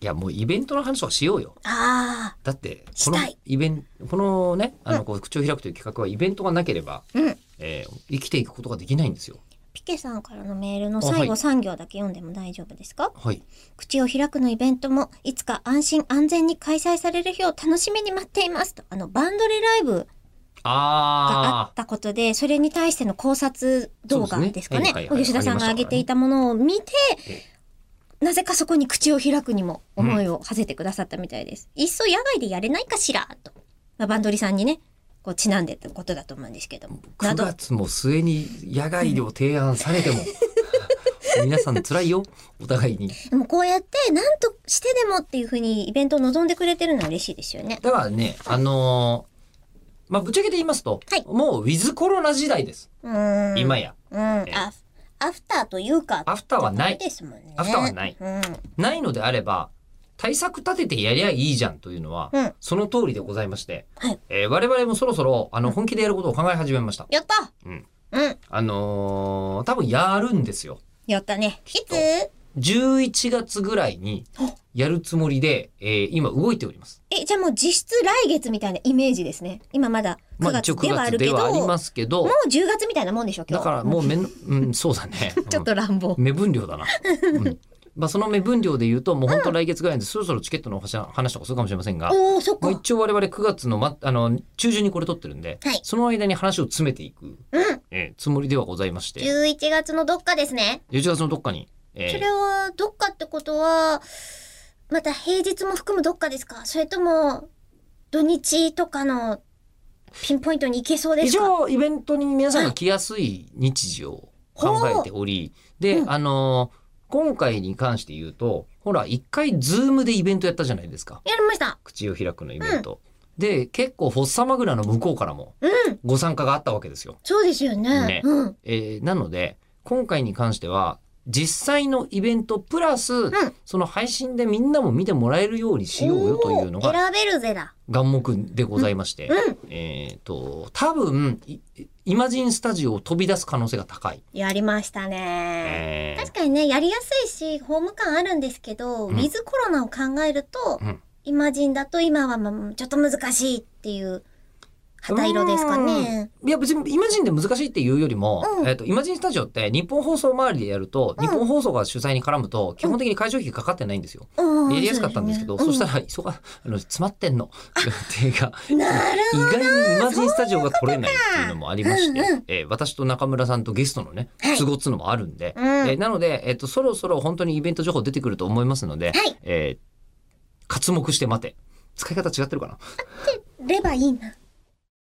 いや、もうイベントの話をしようよ。ああ、だって、しこのたいイベント、このね、あの、こう、口を開くという企画はイベントがなければ、うん。えー生きていくことができないんですよ。ピケさんからのメールのあは最い後3行だけ読んでも大丈夫ですか、はい。口を開くのイベントも、いつか安心安全に開催される日を楽しみに待っていますと。あの、バンドレライブがああっあ、たことで、それに対しての考察動画ですかそうですねはいね。はいはい吉田さんが上げていたものを見てえ、なぜかそこに口を開くにも思いを馳せてくださったみたいです。いっそ野外でやれないかしらと。まあ、バンドリさんにね、こう、ちなんでってことだと思うんですけども。な9ど、月も末に野外を提案さ れても、皆さん辛いよ、お互いに。でもこうやって、なんとしてでもっていうふうにイベントを望んでくれてるのは嬉しいですよね。だからね、あのーまあ、ぶっちゃけて言いますと、はいもうウィズコロナ時代です。うーん。今や。うん、アフアフターというか、アフターはないですもんね。アフターはないうん。ないのであれば、対策立ててやりゃいいじゃんというのは、うんその通りでございまして、はいえー我々もそろそろ、あの、本気でやることを考え始めました。やったうん。うん。あのー多分やるんですよ。やったね。いっとつ11月ぐらいにやるつもりで、えー今動いております。え、じゃあもう実質来月みたいなイメージですね。今まだま9あ、一応月9ではあ月るけでど、はありもますけど、う10月みたいなもんでしょ、今だ日。からもうめん、うん、そうだ ね。ちょっと乱暴。目分量だ な。うんまあ、その目分量で言うと、もう本当来月ぐらいで、そろそろチケットのお話話とかするかもしれませんが、おおそっまか。あ、う一応我々9月の,、ま、あの中旬にこれ撮ってるんで、はいその間に話を詰めていく、ん。えーつもりではございまして、 11月のどっかですね。 11月のどっかに、えーそれは、どっかってことは、また平日も含むどっかですかそれとも、土日とかのピンポイントに行けそうです一か応イベントに皆さんが来やすい日時を考えており、で、あのー今回に関して言うと、ほら、一回ズームでイベントやったじゃないですか。やりました。口を開くのイベント。で、結構、フォッサマグナの向こうからもうん。ご参加があったわけですよ。そうですよね。ねうん。えーなので、今回に関しては、実際のイベントプラス、んその配信でみんなも見てもらえるようにしようよというのおがー選べるぜだ。願目でございまして、うん。えっ、と、多分、いイマジンスタジオを飛び出す可能性が高い。やりましたえね。ー確かにね、やりやすいし、ホーム感あるんですけど、んウィズコロナを考えると、うんイマジンだと今はまあちょっと難しいっていう旗色ですかね。うん。いや別にイマジンで難しいっていうよりも、うんえっと、イマジンスタジオって日本放送周りでやると、日本放送が主催に絡むと、基本的に会場費かかってないんですよ。うんやりやすかったんですけど、そしたら、 急が、あの、詰まってんの。 っていうか、意なる外にイマジンスタジオが取れないっていうのもありまして、そういうこえー私と中村さんとゲストのね、はい都合っつうのもあるんで、うんえーなので、えっ、と、そろそろ本当にイベント情報出てくると思いますので、はいえー、活目して待て。使い方違ってるかなればいいな。